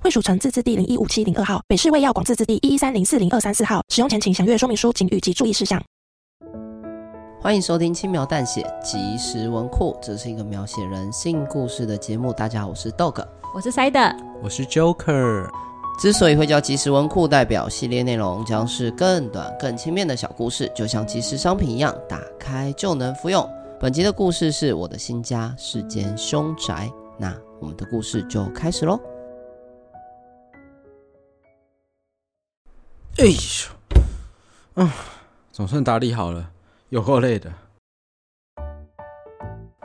惠蜀城自治地零一五七零二号，北市卫药广自治地一一三零四零二三四号。使用前请详阅说明书、警语及注意事项。欢迎收听《轻描淡写即时文库》，这是一个描写人性故事的节目。大家好，我是 Dog。我是 Side，我是 Joker，之所以会叫即时文库，代表系列内容将是更短、更轻便的小故事，就像即时商品一样，打开就能服用。本集的故事是我的新家是间凶宅，那我们的故事就开始喽。哎呦，嗯，总算打理好了，有够累的。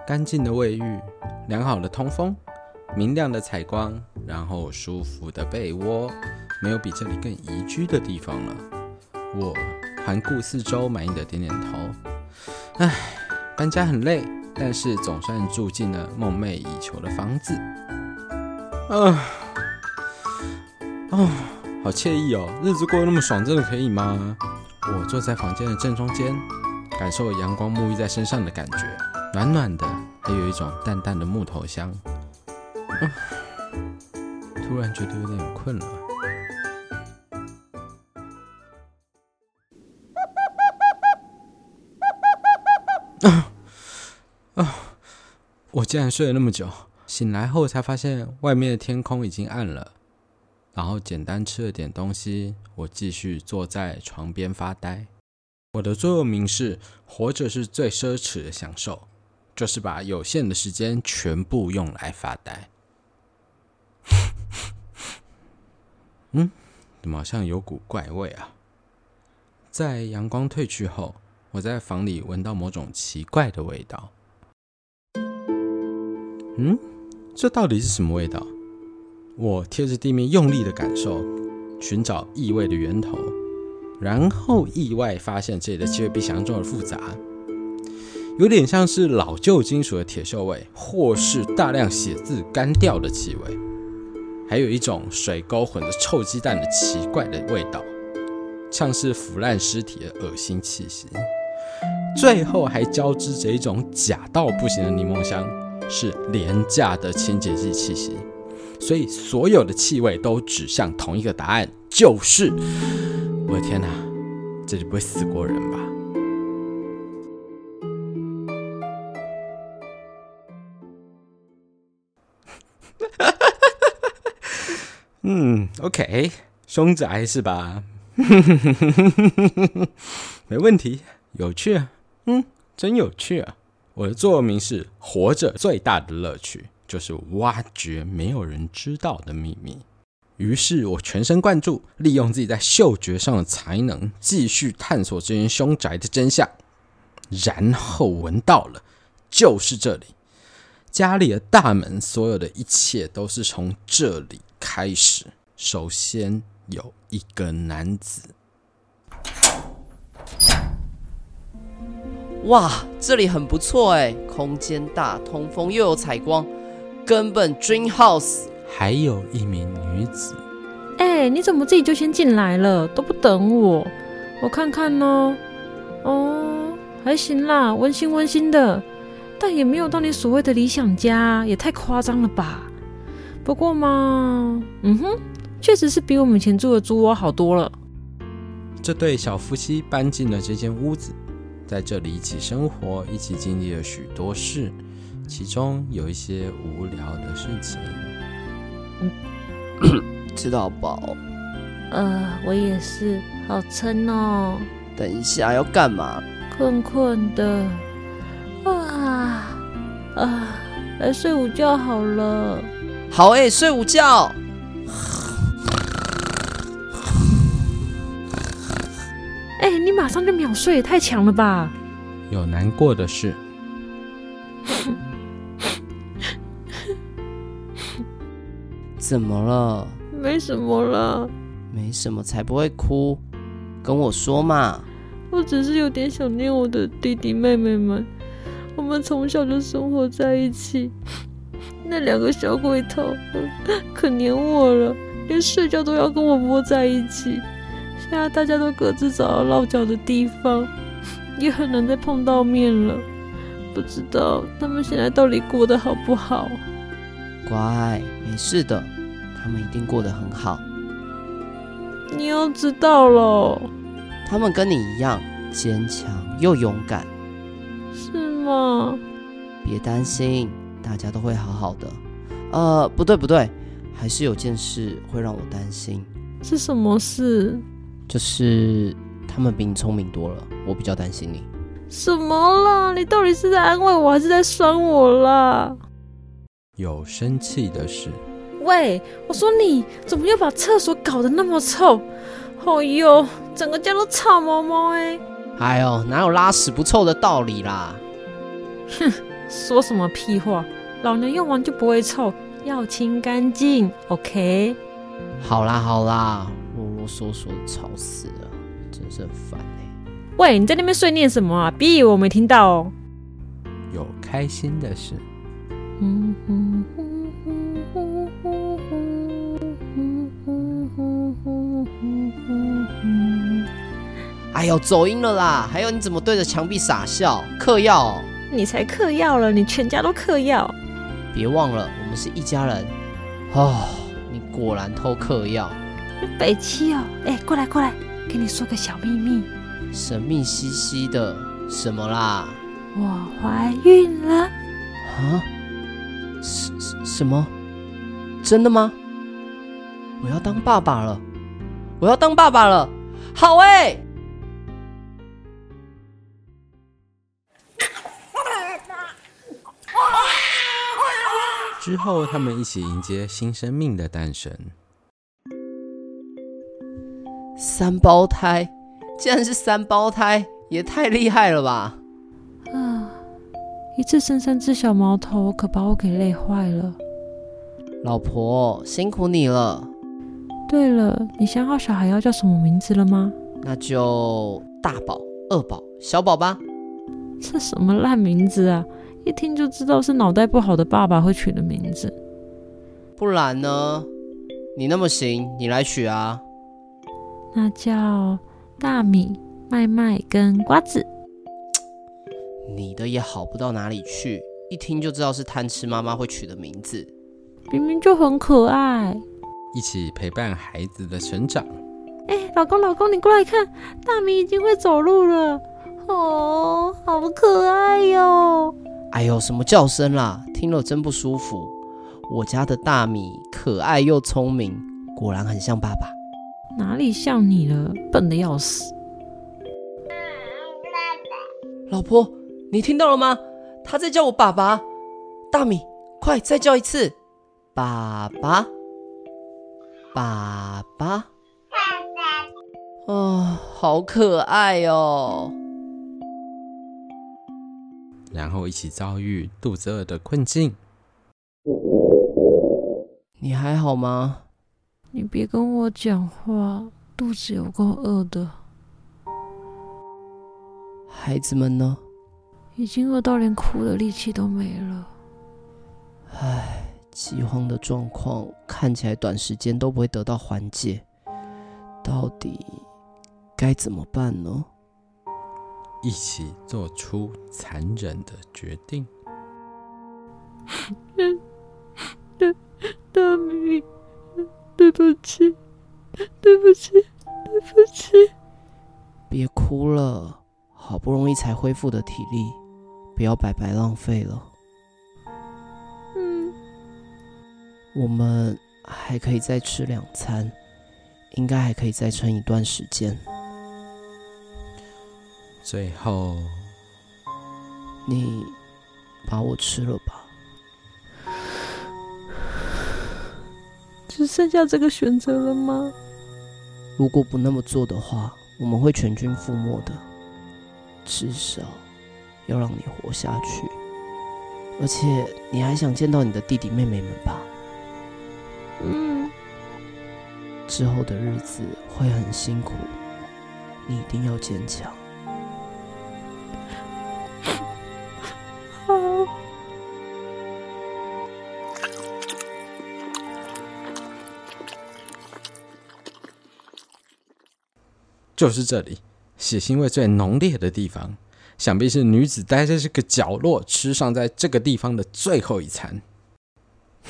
干净的卫浴，良好的通风，明亮的采光，然后舒服的被窝，没有比这里更宜居的地方了。我环顾四周，满意的点点头。唉，搬家很累，但是总算住进了梦寐以求的房子。啊，哦，好惬意哦，日子过得那么爽，真的可以吗？我坐在房间的正中间，感受阳光沐浴在身上的感觉，暖暖的，还有一种淡淡的木头香。嗯突然觉得有点困了。啊啊！我竟然睡了那么久，醒来后才发现外面的天空已经暗了。然后简单吃了点东西，我继续坐在床边发呆。我的座右铭是：活着是最奢侈的享受，就是把有限的时间全部用来发呆。 嗯，怎么好像有股怪味啊？在阳光褪去后，我在房里闻到某种奇怪的味道。嗯，这到底是什么味道？我贴着地面用力的感受，寻找异味的源头，然后意外发现这里的气味比想象中的复杂，有点像是老旧金属的铁锈味，或是大量血渍干掉的气味，还有一种水沟混着臭鸡蛋的奇怪的味道，像是腐烂尸体的恶心气息。最后还交织着一种假到不行的柠檬香，是廉价的清洁剂气息。所以所有的气味都指向同一个答案，就是我的天哪，这里不会死过人吧？ 嗯，OK，凶宅是吧？ 没问题，有趣啊，嗯，真有趣啊。我的座右铭是：活着最大的乐趣就是挖掘没有人知道的秘密。于是我全神贯注，利用自己在嗅觉上的才能，继续探索这间凶宅的真相。然后闻到了，就是这里，家里的大门，所有的一切都是从这里开始。首先有一个男子，哇，这里很不错哎，空间大，通风又有采光，根本 dream house。还有一名女子。哎、你怎么自己就先进来了，都不等我？我看看呢。哦，还行啦，温馨温馨的，但也没有到你所谓的理想家，也太夸张了吧？不过嘛，嗯哼，确实是比我们以前住的猪窝好多了。这对小夫妻搬进了这间屋子，在这里一起生活，一起经历了许多事，其中有一些无聊的事情。吃到饱，呃，我也是，好撑哦，等一下要干嘛？困困的，啊啊，来睡午觉好了。好哎、睡午觉。哎、你马上就秒睡，也太强了吧？有难过的事，怎么了？没什么啦，没什么，才不会哭。跟我说嘛。我只是有点想念我的弟弟妹妹们，我们从小就生活在一起。那两个小鬼头可怜我了，连睡觉都要跟我窝在一起。现在大家都各自找到落脚的地方， 也很难再碰到面了。不知道他们现在到底过得好不好？乖，没事的，他们一定过得很好。你要知道喽，他们跟你一样坚强又勇敢，是吗？别担心，大家都会好好的。呃，不对不对，还是有件事会让我担心，是什么事？就是他们比你聪明多了，我比较担心你。什么啦？你到底是在安慰我，还是在酸我啦？有生气的事，喂，我说你怎么又把厕所搞得那么臭？哦哟，整个家都臭毛毛哎！哎呦，哪有拉屎不臭的道理啦？说什么屁话？老娘用完就不会臭，要清干净。OK，好啦好啦，啰啰嗦嗦的吵死了，真是很烦哎、喂，你在那边碎念什么啊？别以为我没听到哦。有开心的事，嗯嗯哎呦，走音了啦！还有你怎么对着墙壁傻笑？嗑药哦、你才嗑药了，你全家都嗑药。别忘了我们是一家人。哦，你果然偷嗑药，北七哦，哎、过来过来，跟你说个小秘密，神秘兮兮的，什么啦？我怀孕了。啊？什什什么？真的吗？我要当爸爸了！我要当爸爸了！好哎、之后他们一起迎接新生命的诞生。三胞胎，竟然是三胞胎，也太厉害了吧！啊！一次生三只小毛头，可把我给累坏了。老婆辛苦你了，对了，你想好小孩要叫什么名字了吗？那就大宝、二宝、小宝吧。这什么烂名字啊！一听就知道是脑袋不好的爸爸会取的名字。不然呢？你那么行，你来取啊。那叫大米、麦麦跟瓜子。你的也好不到哪里去，一听就知道是贪吃妈妈会取的名字。明明就很可爱。一起陪伴孩子的成长。哎，老公，老公，你过来看，大米已经会走路了。哦，好可爱哟、哎呦，什么叫声啦？听了真不舒服。我家的大米可爱又聪明，果然很像爸爸。哪里像你了，笨的要死。老婆，你听到了吗？他在叫我爸爸。大米，快再叫一次，爸爸，爸爸。哦，好可爱哦！然后一起遭遇肚子饿的困境。你还好吗？你别跟我讲话，肚子有够饿的，孩子们呢？已经饿到连哭的力气都没了。唉，饥荒的状况看起来短时间都不会得到缓解，到底该怎么办呢？一起做出残忍的决定。大米，对不起，对不起，对不起。别哭了，好不容易才恢复的体力，不要白白浪费了。嗯，我们还可以再吃两餐，应该还可以再撑一段时间。最后，你把我吃了吧。只剩下这个选择了吗？如果不那么做的话，我们会全军覆没的。至少要让你活下去，而且你还想见到你的弟弟妹妹们吧？嗯，之后的日子会很辛苦，你一定要坚强。就是这里，血腥味最浓烈的地方，想必是女子待在这个角落吃上在这个地方的最后一餐。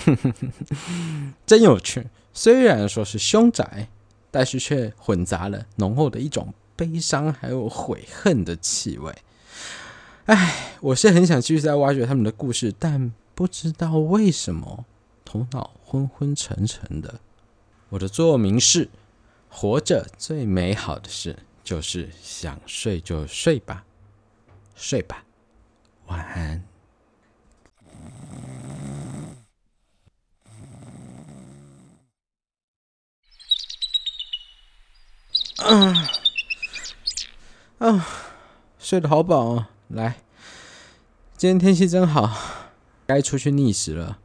真有趣，虽然说是凶宅，但是却混杂了浓厚的一种悲伤还有悔恨的气味。唉，我是很想继续再挖掘他们的故事，但不知道为什么头脑昏昏沉沉的。我的座右铭是。活着最美好的事就是想睡就睡吧，睡吧，晚安。啊啊，睡得好饱哦！来，今天天气真好，该出去觅食了。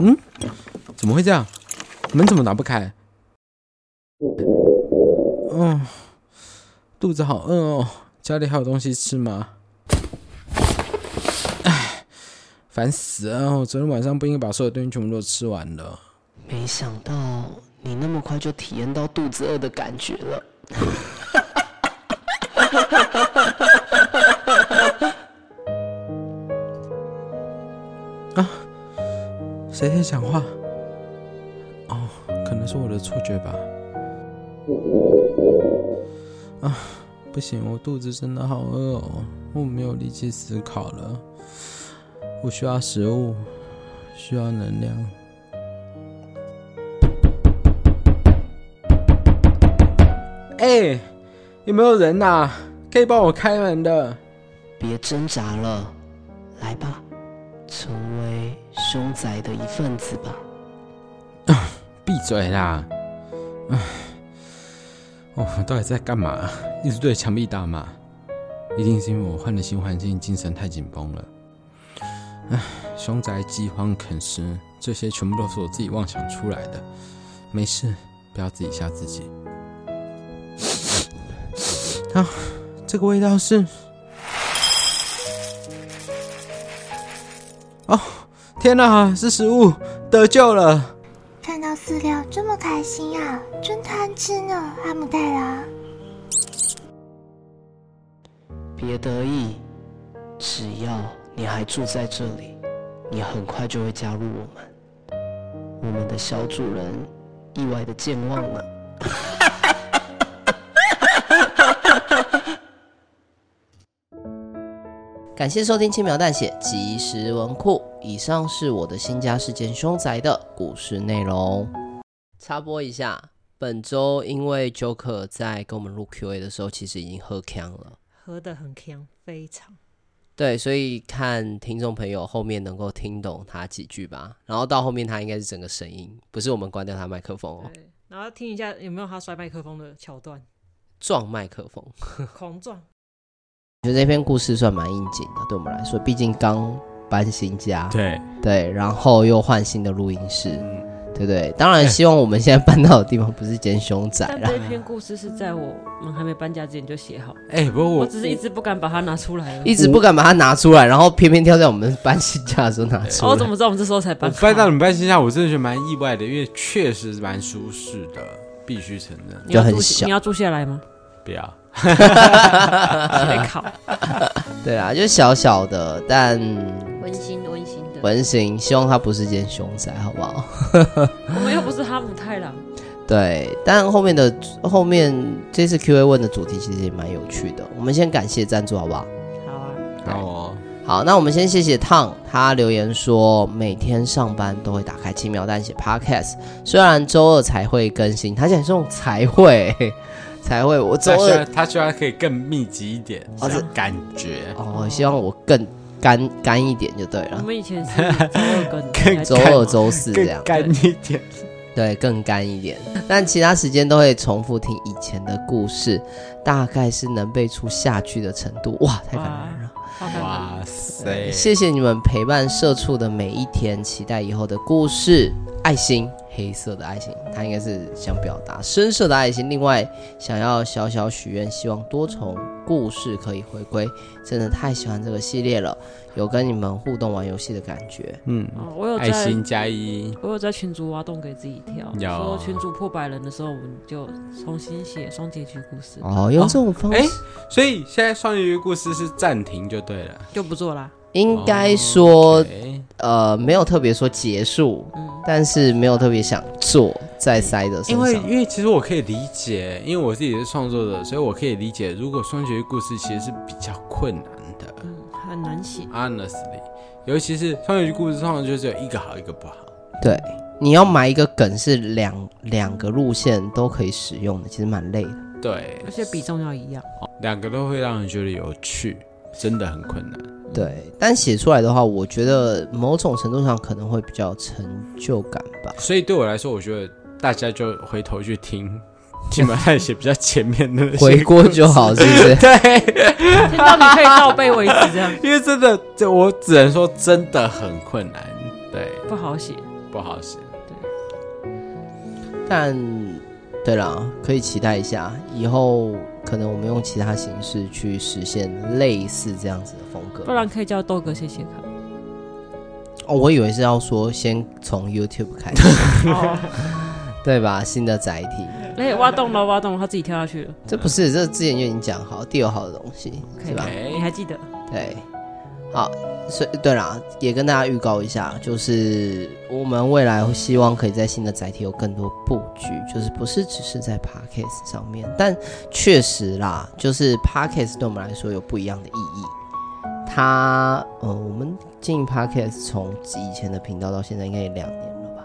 嗯，怎么会这样？门怎么打不开？哦，肚子好饿哦，家里还有东西吃吗？唉，烦死了！我昨天晚上不应该把所有东西全部都吃完了。没想到你那么快就体验到肚子饿的感觉了。谁在讲话？哦，可能是我的错觉吧。啊，不行，我肚子真的好饿哦，我没有力气思考了。我需要食物，需要能量。哎、有没有人呐、啊可以帮我开门的？别挣扎了，来吧，成为凶宅的一份子吧。闭嘴啦！唉，哦，我到底在干嘛？一直对墙壁大骂，一定是因为我换了新环境，精神太紧绷了。唉，凶宅、饥荒、啃食，这些全部都是我自己妄想出来的。没事，不要自己吓自己。啊，这个味道是……哦，天哪，是食物，得救了！看到饲料这么开心啊，真贪吃呢，阿姆太郎。别得意，只要你还住在这里，你很快就会加入我们。我们的小主人意外的健忘了。 感谢收听《轻描淡写即时文库》，以上是我的新家事件凶宅的故事内容。插播一下，本周因为 Joker 在跟我们录 Q&A 的时候，其实已经喝呛了。喝的很强，非常。对，所以看听众朋友后面能够听懂他几句吧。然后到后面他应该是整个声音，不是我们关掉他麦克风哦，对，然后听一下有没有他摔麦克风的桥段，撞麦克风。狂撞。我觉得这篇故事算蛮应景的，对我们来说，毕竟刚搬新家，对，对然后又换新的录音室，嗯对不对？当然希望我们现在搬到的地方不是间凶宅但啦。这篇故事是在我们还没搬家之前就写好，哎、不过我我只是一直不敢把它拿出来而已。一直不敢把它拿出来，然后偏偏挑在我们搬新家的时候拿出来。哦，我怎么知道我们这时候才我搬开？搬到你搬新家，我真的觉得蛮意外的，因为确实是蛮舒适的，必须承认。你要就很住小你要住下来吗？哎不要，被烤，对啦，就小小的，但温馨温馨的。文型凶它不是间凶宅，好不好？ 我们又不是哈姆太郎。对，但后面的后面这次 Q&A 问的主题其实也蛮有趣的。我们先感谢赞助，好不好？好啊，然后哦好，那我们先谢谢烫，他留言说每天上班都会打开轻描淡写 Podcast，虽然周二才会更新，他竟然是用才会 才会，我周他希二望他希望可以更密集一点，哦这是感觉哦，我希望我更干干一点就对我了，们以前是周二更更还周是干二嘛周四这更样，干一点。对，更干一点，但其他时间都会重复听以前的故事，大概是能背出下去的程度，哇，太感人了。好看吗？哇塞，谢谢你们陪伴社畜的每一天，期待以后的故事。爱心，黑色的爱心，它应该是想表达深色的爱心。另外，想要小小许愿，希望多重故事可以回归。真的太喜欢这个系列了，有跟你们互动玩游戏的感觉。嗯，哦，我有爱在，心加一，我有在群主挖洞给自己跳，有说群主破百人的时候，我们就重新写双结局故事，哦，用这种方式，哎所以现在双鱼故事是暂停就对了。哦就不做啦。应该说、 OK 呃没有特别说结束，嗯，但是没有特别想做在塞的身因为上。因为其实我可以理解，因为我自己是创作者，所以我可以理解，如果双结故事其实是比较困难的嗯很难写。 ，honestly，尤其是双结故事通常就只有一个好一个不好。对，你要埋一个梗是两两个路线都可以使用的，其实蛮累的。对而，且比重要一样，两个都会让人觉得有趣，真的很困难。对，但写出来的话，我觉得某种程度上可能会比较有成就感 吧。所以对我来说，我觉得大家就回头去听《金马探险》比较前面的那些回锅就好，是不是？ 对，听到你可以倒背为止，这样因为真的，这我只能说真的很困难，对， 不好写。不好写。但对啦，可以期待一下，以后可能我们用其他形式去实现类似这样子的风格。不然可以叫豆哥写写看。哦，我以为是要说先从 YouTube 开始， 哦， 对吧？新的载体，哎、挖洞了，挖洞了，他自己跳下去了，这不是这之前就已经讲好，第二好的东西可以是吧吧？哎你还记得？对，好，所以对啦，也跟大家预告一下，就是我们未来希望可以在新的载体有更多布局，就是不是只是在 podcast 上面，但确实啦，就是 podcast 对我们来说有不一样的意义。它，呃，我们经营 podcast 从以前的频道到现在应该也两年了吧？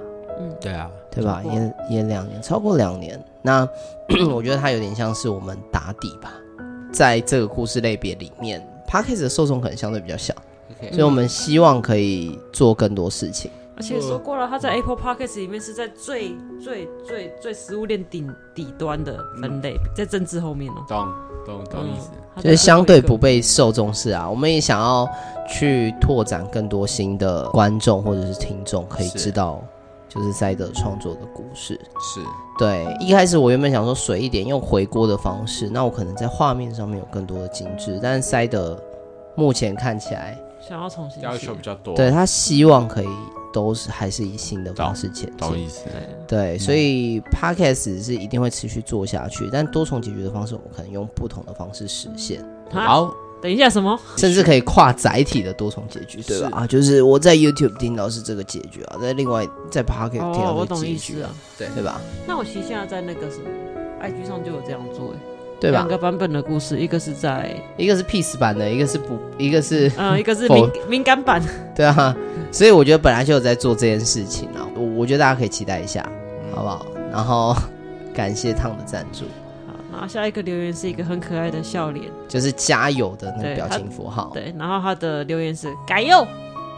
对啊，对吧？超过也也两年，超过两年。那 我觉得它有点像是我们打底吧，在这个故事类别里面 p a c k a g e 的受众可能相对比较小 OK 所以我们希望可以做更多事情。而且说过了，他嗯在 Apple Podcast 里面是在最最最最食物链顶底端的分类，在政治后面哦、懂懂嗯懂意思。嗯就是相对不。被受重视啊。我们也想要去拓展更多新的观众或者是听众，可以是知道就是塞德创作的故事。是，对，一开始我原本想说水一点，用回锅的方式，那我可能在画面上面有更多的精致，但是塞德目前看起来，他想要重新要写求比较多。对他希望可以都是还是以新的方式前懂进。意思。对，对，所嗯以 podcast 是一定会持续做下去，但多重解决的方式，我可能用不同的方式实现，好，好，等一下什么？甚至可以跨载体的多重结局，对吧？啊，就是我在 YouTube 听到是这个结局啊，在另外在 podcast 听哦，到我这个懂结意局思啊啊，。对吧？那我其实现在在那个什么 IG 上就有这样做、哎，对吧两？个版本的故事，一个是在一个是 peace 版的，一个是不，一个是呃，一个是敏敏感版，对啊，所以我觉得本来就有在做这件事情啊，我我觉得大家可以期待一下，嗯好不好？然后感谢烫的赞助，好，然后下一个留言是一个很可爱的笑脸，就是加油的那个对表情符号，对，然后他的留言是改右，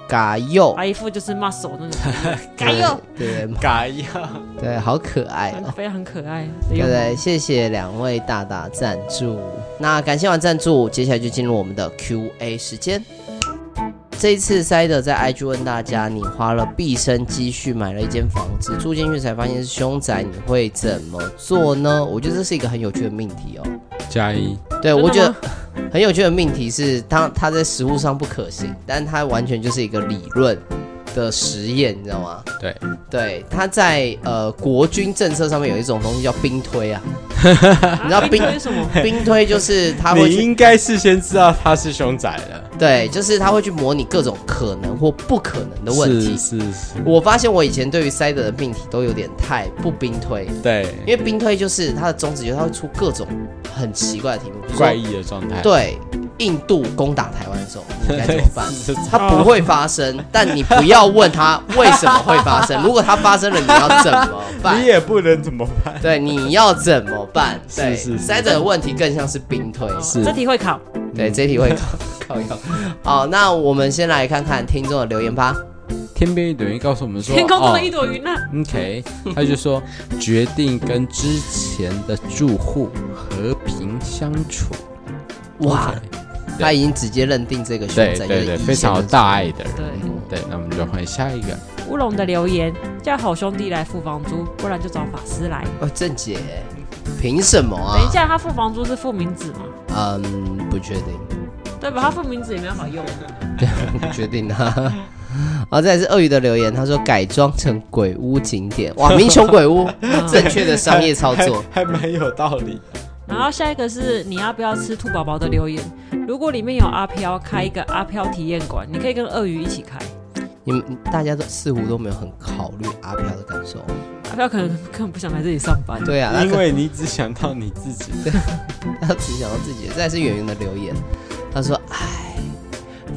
加油，他哎一副就是骂手那个，对 改右，对嘎 呀，对，好可爱哦。非常可爱，对对，谢谢两位大大赞助。那感谢完赞助，接下来就进入我们的 Q&A 时间。这一次塞德在 IG 问大家：你花了毕生积蓄买了一间房子，住进去才发现是凶宅，你会怎么做呢？我觉得这是一个很有趣的命题哦。加一，对，真的我觉得吗 很有趣的命题是，它它在实物上不可行，但它完全就是一个理论的实验，你知道吗？对，对，它在呃国军政策上面有一种东西叫兵推 啊，你知道冰为什么？兵推就是它会你去应该事先知道他是凶宅的对，就是它会去模拟各种可能或不可能的问题。是是是，我发现我以前对于塞德的命题都有点太不兵推，对，因为兵推就是它的宗旨就是它会出各种很奇怪的题目，比如说怪异的状态，？对，印度攻打台湾的时候，你该怎么办是，是它不会发哦生，但你不要问它为什么会发生。如果它发生了，你要怎么办你？也不能怎么办？对，你要怎么办？对，是是是塞德的问题更像是兵推。是这题会考，对，这一题会考考一考。好，那我们先来看看听众的留言吧。天边一朵云告诉我们说，天空中的一哦朵云啊， OK，他就说决定跟之前的住户和平相处。哇 OK，他已经直接认定这个对选择，对有对，点意非常有见的大爱的人。对，对，那我们就换下一个。乌龙的留言叫好兄弟来付房租，不然就找法师来。哦，郑姐，凭什么啊？等一，下，他付房租是付名字嘛？嗯，不确定，对吧？他付名字也没办法用。不确定啊。 啊，再来是鳄鱼的留言，他说改装成鬼屋景点，哇，民雄鬼屋，正确的商业操作。还蛮有道理。然后下一个是你要不要吃兔宝宝的留言，如果里面有阿飘，开一个阿飘体验馆，你可以跟鳄鱼一起开。你们大家都似乎都没有很考虑阿飘的感受，阿飘可能根本不想来这里上班。对啊，他因可为你只想到你自己， 他只想到自己。再来是圆圆的留言，他说：“唉，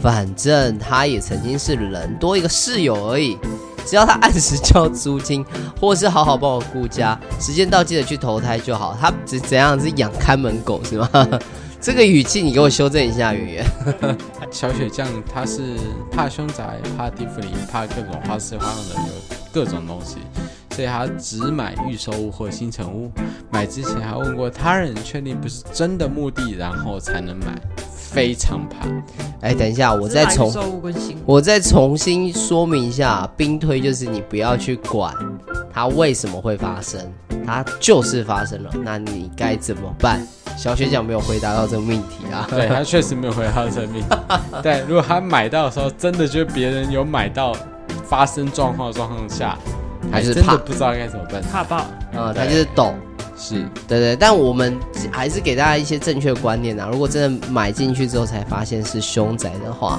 反正他也曾经是人，多一个室友而已。只要他按时交租金，或是好好帮我顾家，时间到记得去投胎就好。他只怎样是养看门狗是吗？ 这个语气你给我修正一下，圆圆。小雪酱她是怕凶宅、怕地府里、怕各种花式花样的人，有各种东西，所以她只买预售屋或新城屋。买之前还问过他人确定不是真的目的，然后才能买，非常怕。哎，等一下，我再重收物跟新我再重新说明一下，兵推就是你不要去管它为什么会发生，它就是发生了，那你该怎么办？小雪讲没有回答到这个命题 啊。 对他确实没有回到生命。对，如果他买到的时候，真的就是别人有买到发生状况的状况下，还是真怕的不知道该怎么办。怕爆。啊、他就是懂，是对对，但我们还是给大家一些正确观念啊。如果真的买进去之后才发现是凶宅的话，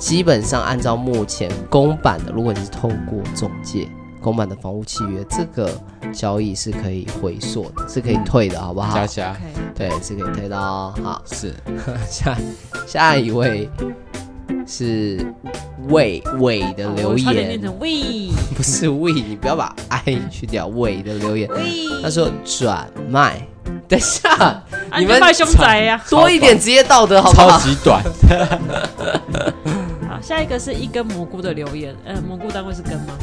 基本上按照目前公版的，如果你是透过中介公版的房屋契约，这个交易是可以回溯的，是可以退的，好不好佳？佳，对，是可以退的哦。好，嗯是 下下一位是伟伟的留我哦差言点念，成喂不是魏，你不要把 I 去掉。魏的留言，喂，他说转卖，等一下，啊你你们们卖凶宅呀、多一点职业道德好不超 好？级短，好，下一个是一根蘑菇的留言，呃，蘑菇单位是根吗？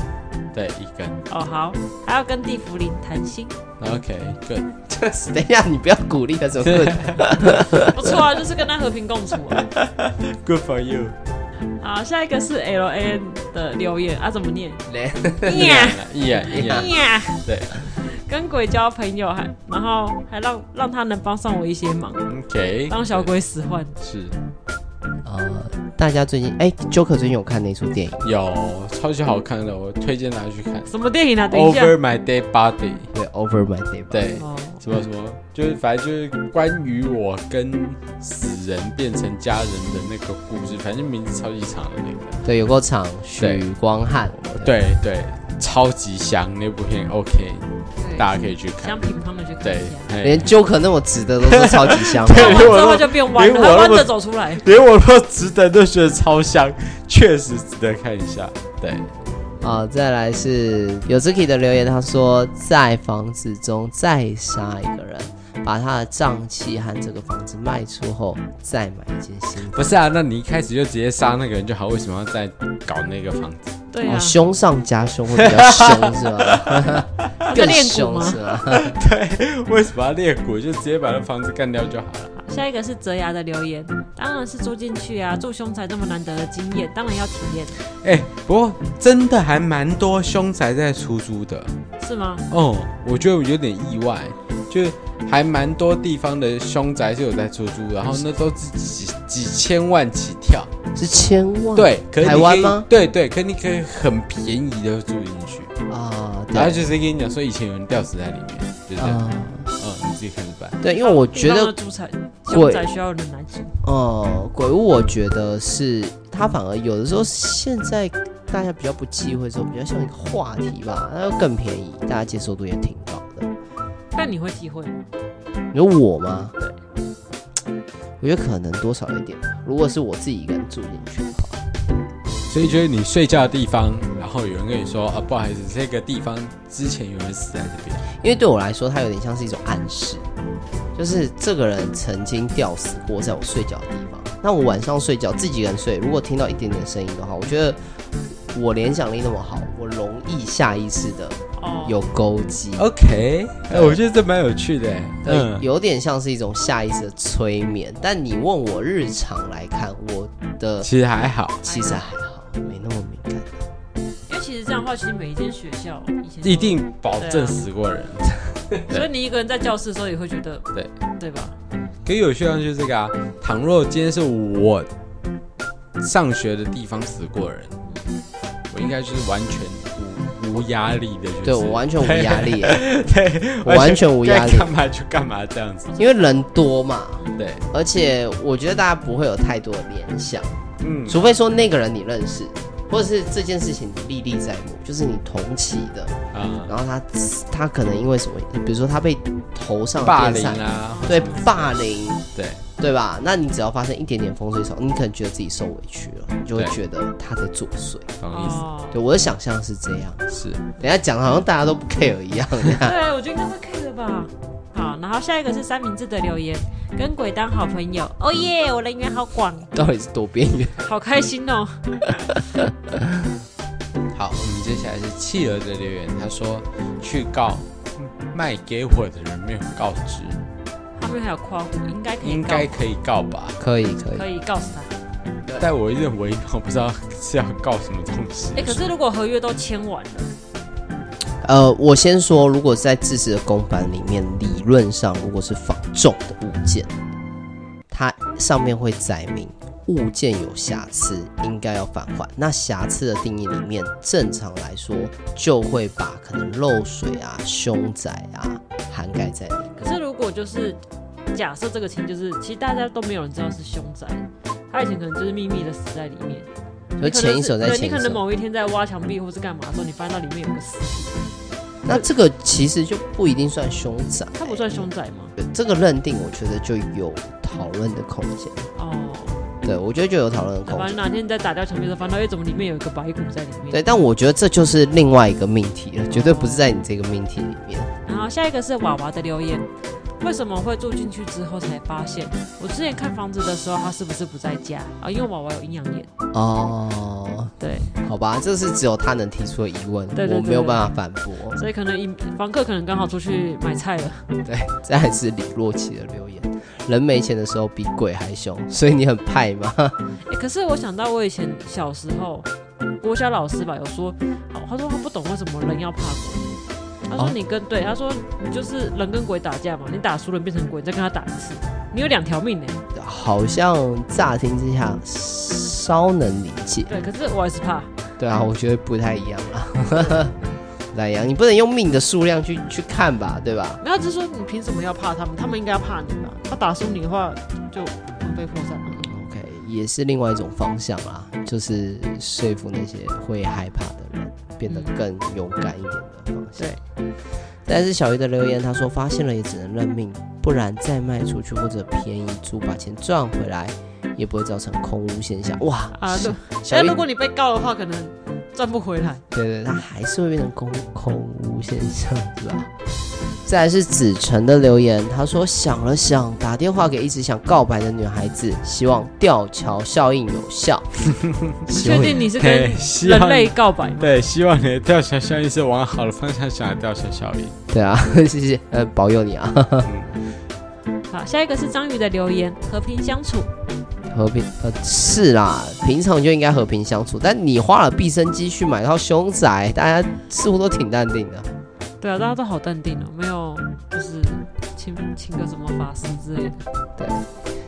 对一根。 哦，好，还要跟地福林谈心， OK，good，这是等一下，你不要鼓励他怎么会？不错啊，就是跟他和平共处啊。 good for you。好，下一个是 L A N 的留言啊，怎么念？来，呀一眼一眼，呀， 对跟鬼交朋友还，然后还让让他能帮上我一些忙， ，OK，当小鬼使唤。是呃，大家最近哎，Joker 最近有看那出电影？有超级好看的，我推荐大家去看。什么电影啊？等一下， Over my dead body，对，Over My Dead。，对，哦，什么什么，就是反正就是关于我跟死人变成家人的那个故事，反正名字超级长的那个。对，有够长，许对光汉。对对，超级香那部片，OK，大家可以去看想。平常的去看对一下。，嘿连 Joker 那么直的都是超级香对看完 之我后都就变弯连了，我还弯都着走出来。连我都值得都觉得超香，确实值得看一下。对，啊、再来是有 z u k i 的留言，他说在房子中再杀一个人，把他的瘴气和这个房子卖出后，再买一间新房。不是啊，那你一开始就直接杀那个人就好，为什么要再搞那个房子？对哦，啊，凶上加凶会比较凶是 吧？在 更练骨凶吗是？吧？ 为什么要裂谷？就直接把那房子干掉就好了。下一个是泽牙的留言，当然是住进去啊，住凶宅这么难得的经验，当然要体验，哎、不过真的还蛮多凶宅在出租的是吗？哦，我觉得我有点意外，就还蛮多地方的凶宅是有在出租，然后那都是几几千万起跳。是千万啊对，可是你哦台可以湾吗？对对，可是你可以很便宜的住进去，啊、然后对就是跟你讲说以前有人吊死在里面，就这样。啊、嗯，你自己看着办。对，因为我觉地得方的住宅鬼凶宅需要人来住，呃，鬼屋我觉得是它反而有的时候现在大家比较不忌讳说，比较像一个话题吧，那又更便宜，大家接受度也挺高的。但你会体会吗？你说我吗？对，我觉得可能多少有一点吧。如果是我自己一个人住进去的话，所以就是你睡觉的地方，然后有人跟你说啊，不好意思，这个地方之前有人死在这边。因为对我来说，它有点像是一种暗示，就是这个人曾经吊死过在我睡觉的地方。那我晚上睡觉自己一个人睡，如果听到一点点声音的话，我觉得我联想力那么好，我容易下意识的哦有勾机， OK，哎，我觉得这蛮有趣的。嗯对，，有点像是一种下意识的催眠。但你问我日常来看，我的其实还好，其实还好，没那么敏感。因为其实这样的话，其实每一间学校以前都一，定保证死过人。所以你一个人在教室的时候也会觉得，对对吧？可有趣的就是这个啊，倘若今天是我上学的地方死过人，我应该就是完全无无压力的，就是对我完全无压 力，对，我完全无压力该干嘛就干嘛这样子。因为人多嘛，对，而且我觉得大家不会有太多的联想，嗯，除非说那个人你认识，或者是这件事情历历在目，就是你同期的，啊，然后他他可能因为什么，比如说他被头上霸电凌闪，啊，对霸凌，对，对吧？那你只要发生一点点风吹草，你可能觉得自己受委屈了，你就会对觉得他在作祟。懂意思哦，对，我的想象是这样。是等一下讲的好像大家都不 care 一样。对，我觉得应该会 K 的吧。好，然后下一个是三明治的留言，跟鬼当好朋友，哦耶，我人缘好广， 到底是多边缘？好开心哦。好，我们接下来是企鹅的留言，他说去告嗯卖给我的人没有告知，他们还有夸我，应该可以应告，该可以告吧？可以可以可，以告诉他。但我认为我不知道是要告什么东西。哎，可是如果合约都签完了，呃，我先说，如果是在自制的公版里面，理论上如果是仿重的物件，它上面会载明物件有瑕疵，应该要返还。那瑕疵的定义里面，正常来说就会把可能漏水啊、凶宅啊涵盖在里面。可是如果就是假设这个情就是，其实大家都没有人知道是凶宅，他以前可能就是秘密的死在里面。所以前一手在对，你前可一能手，某一天在挖墙壁或是干嘛的时候，你发现到里面有个尸体，那这个其实就不一定算凶宅，它不算凶宅吗？对这个认定，我觉得就有讨论的空间。哦，对，我觉得就有讨论的空反间正。哪天你在打掉墙壁的时候，翻到哎，怎么里面有一个白骨在里面？对，但我觉得这就是另外一个命题了，绝对不是在你这个命题里面。然后下一个是娃娃的留言，为什么会住进去之后才发现？我之前看房子的时候，他是不是不在家啊？因为娃娃有阴阳眼。哦，对，好吧，这是只有他能提出的疑问，对对我对没有对办法反驳。所以可能一房客可能刚好出去买菜了。对，这还是李若琪的留言：人没钱的时候比鬼还凶，所以你很派吗？ 哎，可是我想到我以前小时候，国小老师吧有说，哦，他说他不懂为什么人要怕鬼。他说哦你跟、对，他说你就是人跟鬼打架嘛，你打输了变成鬼，你再跟他打一次，你有两条命呢。好像乍听之下稍能理解，对，可是我还是怕。对啊，我觉得不太一样啊。 莱阳，你不能用命的数量去去看吧，对吧？没有，就是说你凭什么要怕他们？他们应该要怕你吧？他打输你的话，就魂飞魄散了。 OK，也是另外一种方向啦，就是说服那些会害怕的人变得更勇敢一点的方向。对，但是小鱼的留言，他说发现了也只能认命，不然再卖出去或者便宜租把钱赚回来，也不会造成空屋现象。哇，啊，对。小但鱼，如果你被告的话，可能赚不回来。对对，它还是会变成空空无现象，是吧？再来是子晨的留言，他说想了想，打电话给一直想告白的女孩子，希望吊桥效应有 效。希确望有定你是跟对，希人望类告白吗？对，希望你的吊桥效应是往好的方向想的吊桥效应。对啊， 谢谢，呃，保佑你啊， 好，下一个是章鱼的留言，和平相处。和平呃是啦，平常就应该和平相处，但你花了毕生积蓄买到凶宅，大家似乎都挺淡定的。对啊，嗯大家都好淡定哦，没有就是请请个什么法师之类的。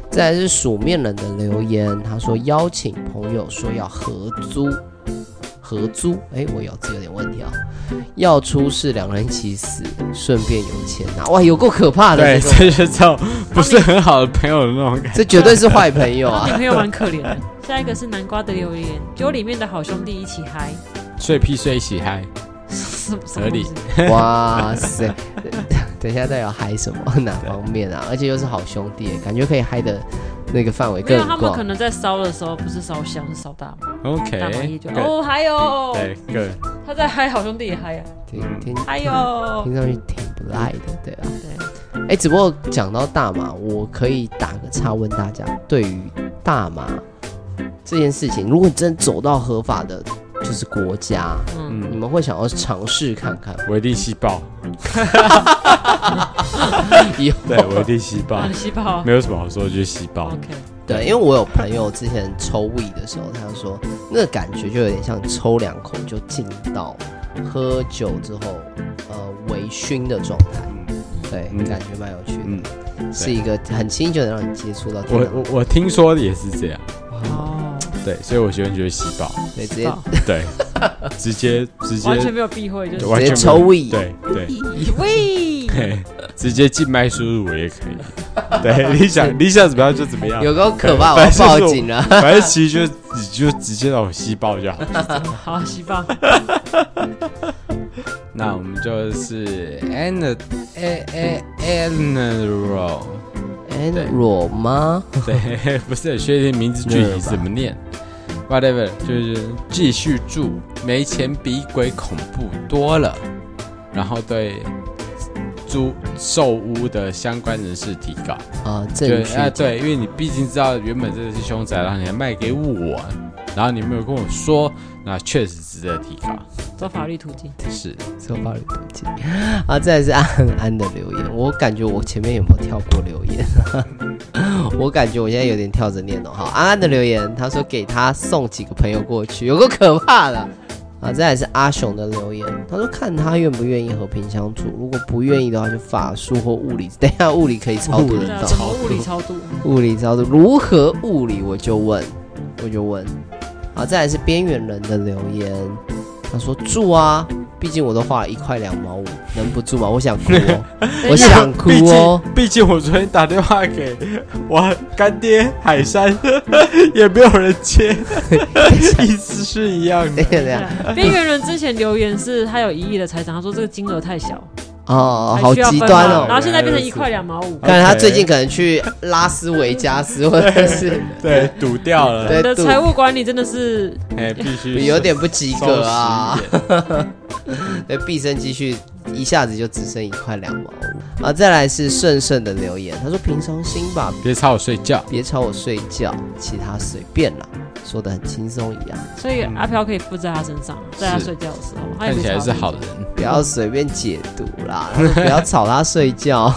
再来是鼠面人的留言，他说邀请朋友说要合租，合租，哎，我咬字有点问题啊，要出事两人一起死，顺便有钱拿，哇，有够可啊怕的，对，这个这就是 这种不是很好的朋友的那种感觉。这绝对是坏朋友他啊 女！朋友蛮可怜的。下一个是南瓜的留言，酒里面的好兄弟一起嗨， 睡屁睡一起嗨，什么什合么理东西？哇塞，等一下到底要嗨什么？哪方面啊？而且又是好兄弟，感觉可以嗨的那个范围没哎有，更他们可广。能在烧的时候不是烧香，是烧大麻，大麻叶 OK，就对哦，还有对，个人他在嗨，好兄弟也嗨啊，听听还有听上去挺不赖的，对啊。对。哎，只不过讲到大麻，我可以打个岔问大家，对于大麻这件事情，如果你真走到合法的，就这是国家，嗯，你嗯，们会想要尝试看看吗我一定吸 爆，以后对，我一定吸 爆啊，你，吸爆没有什么好说，就吸爆。 ，OK，对，因为我有朋友之前抽 w 的时候，他就说那个感觉就有点像抽两口就进到喝酒之后，呃，微醺的状态。嗯对，嗯感觉蛮有趣的，嗯，是一个很轻易就能让你接触到我电脑，我我听说也是这样，哦，对，所以我学生就会吸爆，对，直吸接爆 对，直接直接完全没有避讳，就是对完直全接没有抽 w 对对喂，嘿，直接静脉输入我也可以， 对，你想你想怎么样就怎么样，有够可怕，我对要反正报就是我警啊了。反正其实就你就直接让我吸爆就好。好，吸爆，那我们就是 an a a annual，安若哎吗？ 对，不是很确定名字具体怎么念，whatever，就是继续住，没钱比鬼恐怖多了。然后对租售屋的相关人士提告，啊，对证据啊，对，因为你毕竟知道原本这个是凶宅，然后你还卖给我，然后你没有跟我说，那确实值得提告。走法律途径，是，受暴力途径啊，再来是安安安的留言，我感觉我前面有没有跳过留言？ 我感觉我现在有点跳着念哦。好，安安的留言，他说给他送几个朋友过去，有个可怕的。啊，再来是阿雄的留言，他说看他愿不愿意和平相处，如果不愿意的话，就法术或物理。等一下物理可以超度对得啊，到怎，么物理超度？物理超度如何物理，我就问，我就问。好，再来是边缘人的留言，他说住啊，毕竟我都花了一块两毛五，能不住吗？我想哭、哦，我想哭毕哦。竟，毕竟我昨天打电话给我干爹海山， 也没有人 接，意思是一样对的。呀对呀， 边缘人之前留言是他有一亿的财产，他说这个金额太小，哦，还好需要极分端嘛然哦。后现在变成一块两毛五，看来他 OK 最近可能去拉斯维加斯，或者是对，赌掉了，你对的赌财务管理真的是哎，必须有点不及收格啊拾。一点对，毕生积蓄一下子就只剩一块两毛五啊。再来是胜胜的留言，他说平常心吧，别吵我睡觉，别吵我睡觉，其他随便啦，说的很轻松一样，所以阿飘可以附在他身上，在他是睡觉的时候，他也看没起来吵是你好人。不要随便解读啦， 他说不要吵他睡觉。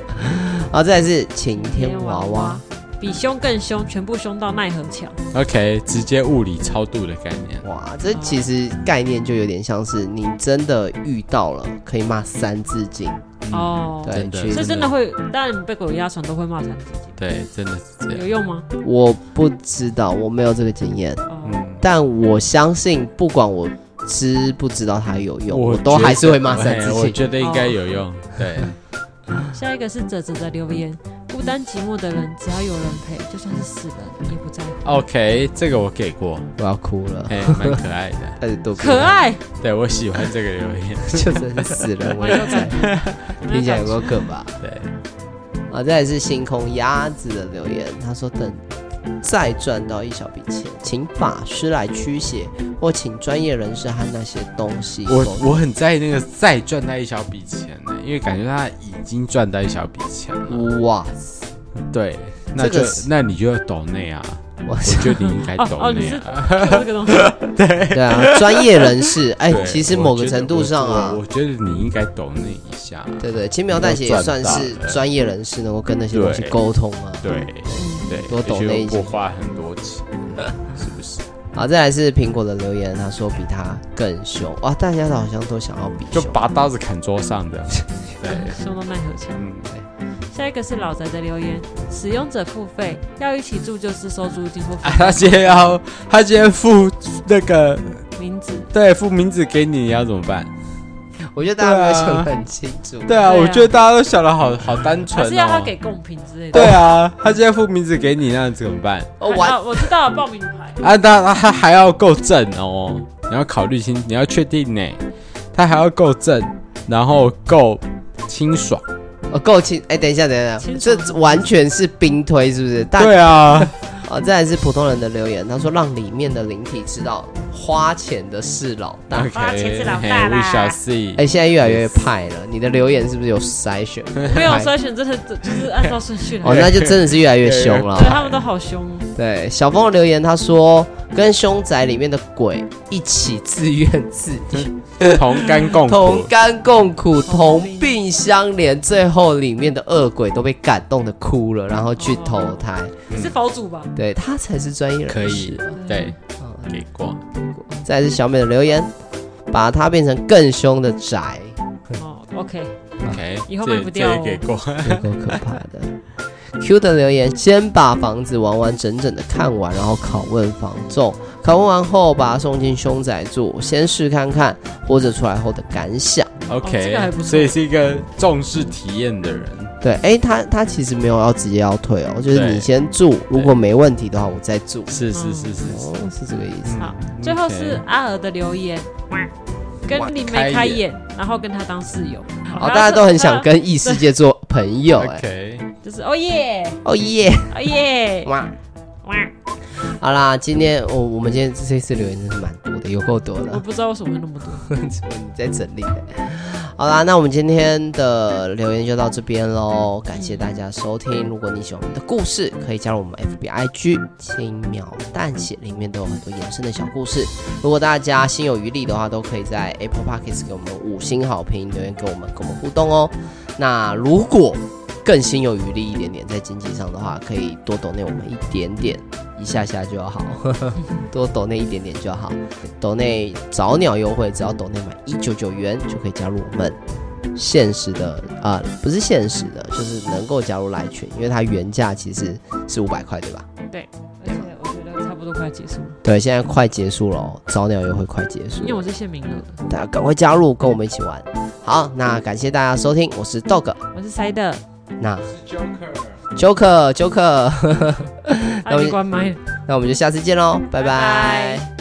好，再来是晴天娃娃，比凶更凶，全部凶到奈何桥。 OK，直接物理超度的概念。哇，这其实概念就有点像是你真的遇到了，可以骂三字经，嗯哦，对，真的去所以真的会，当然你被鬼压床都会骂惨自己，对，真的是这有样。用吗？我不知道，我没有这个经验，哦，嗯，但我相信，不管我知不知道它有用，我我都觉还是得会骂哦三哎字我经。觉得应该有用。对，下一个是泽泽的留言：孤单寂寞的人，只要有人陪，就算是死了也不在啊乎。 OK，这个我给过，我要哭了，哎，蛮可爱的。开始多可，爱， 对我喜欢这个留 言。 就真是死人我蛮也有在感，听起来有蛮有够可怕。对，啊，再来是星空鸭子的留言，他说等再赚到一小笔钱，请法师来驱邪，或请专业人士和那些东西沟我通。我很在意那个再赚到一小笔钱呢、因为感觉他已经赚到一小笔钱了。哇，对，那就、嗯这个是那你就要抖内啊，我我觉得你应该哦抖哦内你啊。感就是这个东西。对啊，专业人士，哎对，其实我某个觉得程度我上啊我，我觉得你应该抖内一下、啊。对对，轻描淡写也算是都赚到了专业人士，能够跟那些东西对沟通啊。对对，多抖内一而且些又不花很多钱，是不 是？好，再来是苹果的留言，他说比他更凶哇，大家好像都想要比就凶。拔刀子砍桌上的。对，凶到奈何桥。嗯，下一个是老宅的留言：使用者付费，要一起住就是收租金或啊， 他今天要他今天付那个名字。 对付名字给你，你要怎么办？我觉得大家没有对啊想得很清楚。对啊，对啊我觉得大家都想的好好单纯还哦。是要他给贡品之类的。对啊，他今天付名字给你，那怎么办？哦，啊完啊我知道了报名牌。啊，他他还要够正哦，你要考虑清，你要确定呢，他还要够正，然后够清爽。哦，够清。哎，等一下，等一下，清这楚完全是冰推，是不是？大对啊，哦，再来是普通人的留言，他说让里面的灵体知道花钱的是老 大。 OK，花钱是老嘿大啦，We shall see 哎、。现在越来越派了，你的留言是不是有筛 选？哦没有排筛选，真的就是按照顺序来 哦，。那就真的是越来越凶了。对他们都好凶哦，对，小峰的留言他说跟凶宅里面的鬼一起自怨自 艾，同甘共哎同苦，甘共苦，同病相怜，最后里面的恶鬼都被感动的哭了，然后去投胎。你是佛祖吧？对他才是专业人士。可以对，嗯给过。再来是小美的留言，把它变成更凶的 宅，哦，OK， OK，以后卖这这不掉也哦给过。有够可怕的。Q 的留言，先把房子完完整整的看完，然后拷问房仲，拷问完后把它送进凶宅住，先试看看活着出来后的感想。这个还 OK，不错所以是一个重视体验的人。对，哎，他他其实没有要直接要退哦，就是对你先住，如果没问题的话，我再住。 是是是是是哦，，是这个意思。好嗯最后 OK 是阿尔的留言，跟哇林开梅开眼眼，然后跟他当室友。好，哦大家都很想跟异世界做朋友，哎， OK，就是哦耶，哦耶，哦耶，哇！哇！好啦，今天哦我我们今天这次留言真是蛮多的，有够多我的。不知道为什么会那么多。你在整理欸。好啦，那我们今天的留言就到这边喽，感谢大家收听。如果你喜欢我们的故事，可以加入我们 FBIG 轻描淡写，里面都有很多延伸的小故事。如果大家心有余力的话，都可以在 Apple Podcast 给我们五星好评，留言给我们，跟我们互动哦。那如果更心有余力一点点，在经济上的话，可以多抖内我们一点点，一下下就好， 多抖内一点点就好。抖内早鸟优惠，只要抖内满一九九元就可以加入我们限时的啊、不是限时的，就是能够加入来群，因为它原价其实是五百块，对吧？而且我觉得差不多快要结束了，对，现在快结束了哦，早鸟优惠快结束因为，我是限名额的。大家赶快加入，跟我们一起玩。好，那感谢大家收听，我是 Dog，我是塞的，那 Joker。 Joker Joker，啊，你关麦了。那我们就下次见喽，拜拜拜拜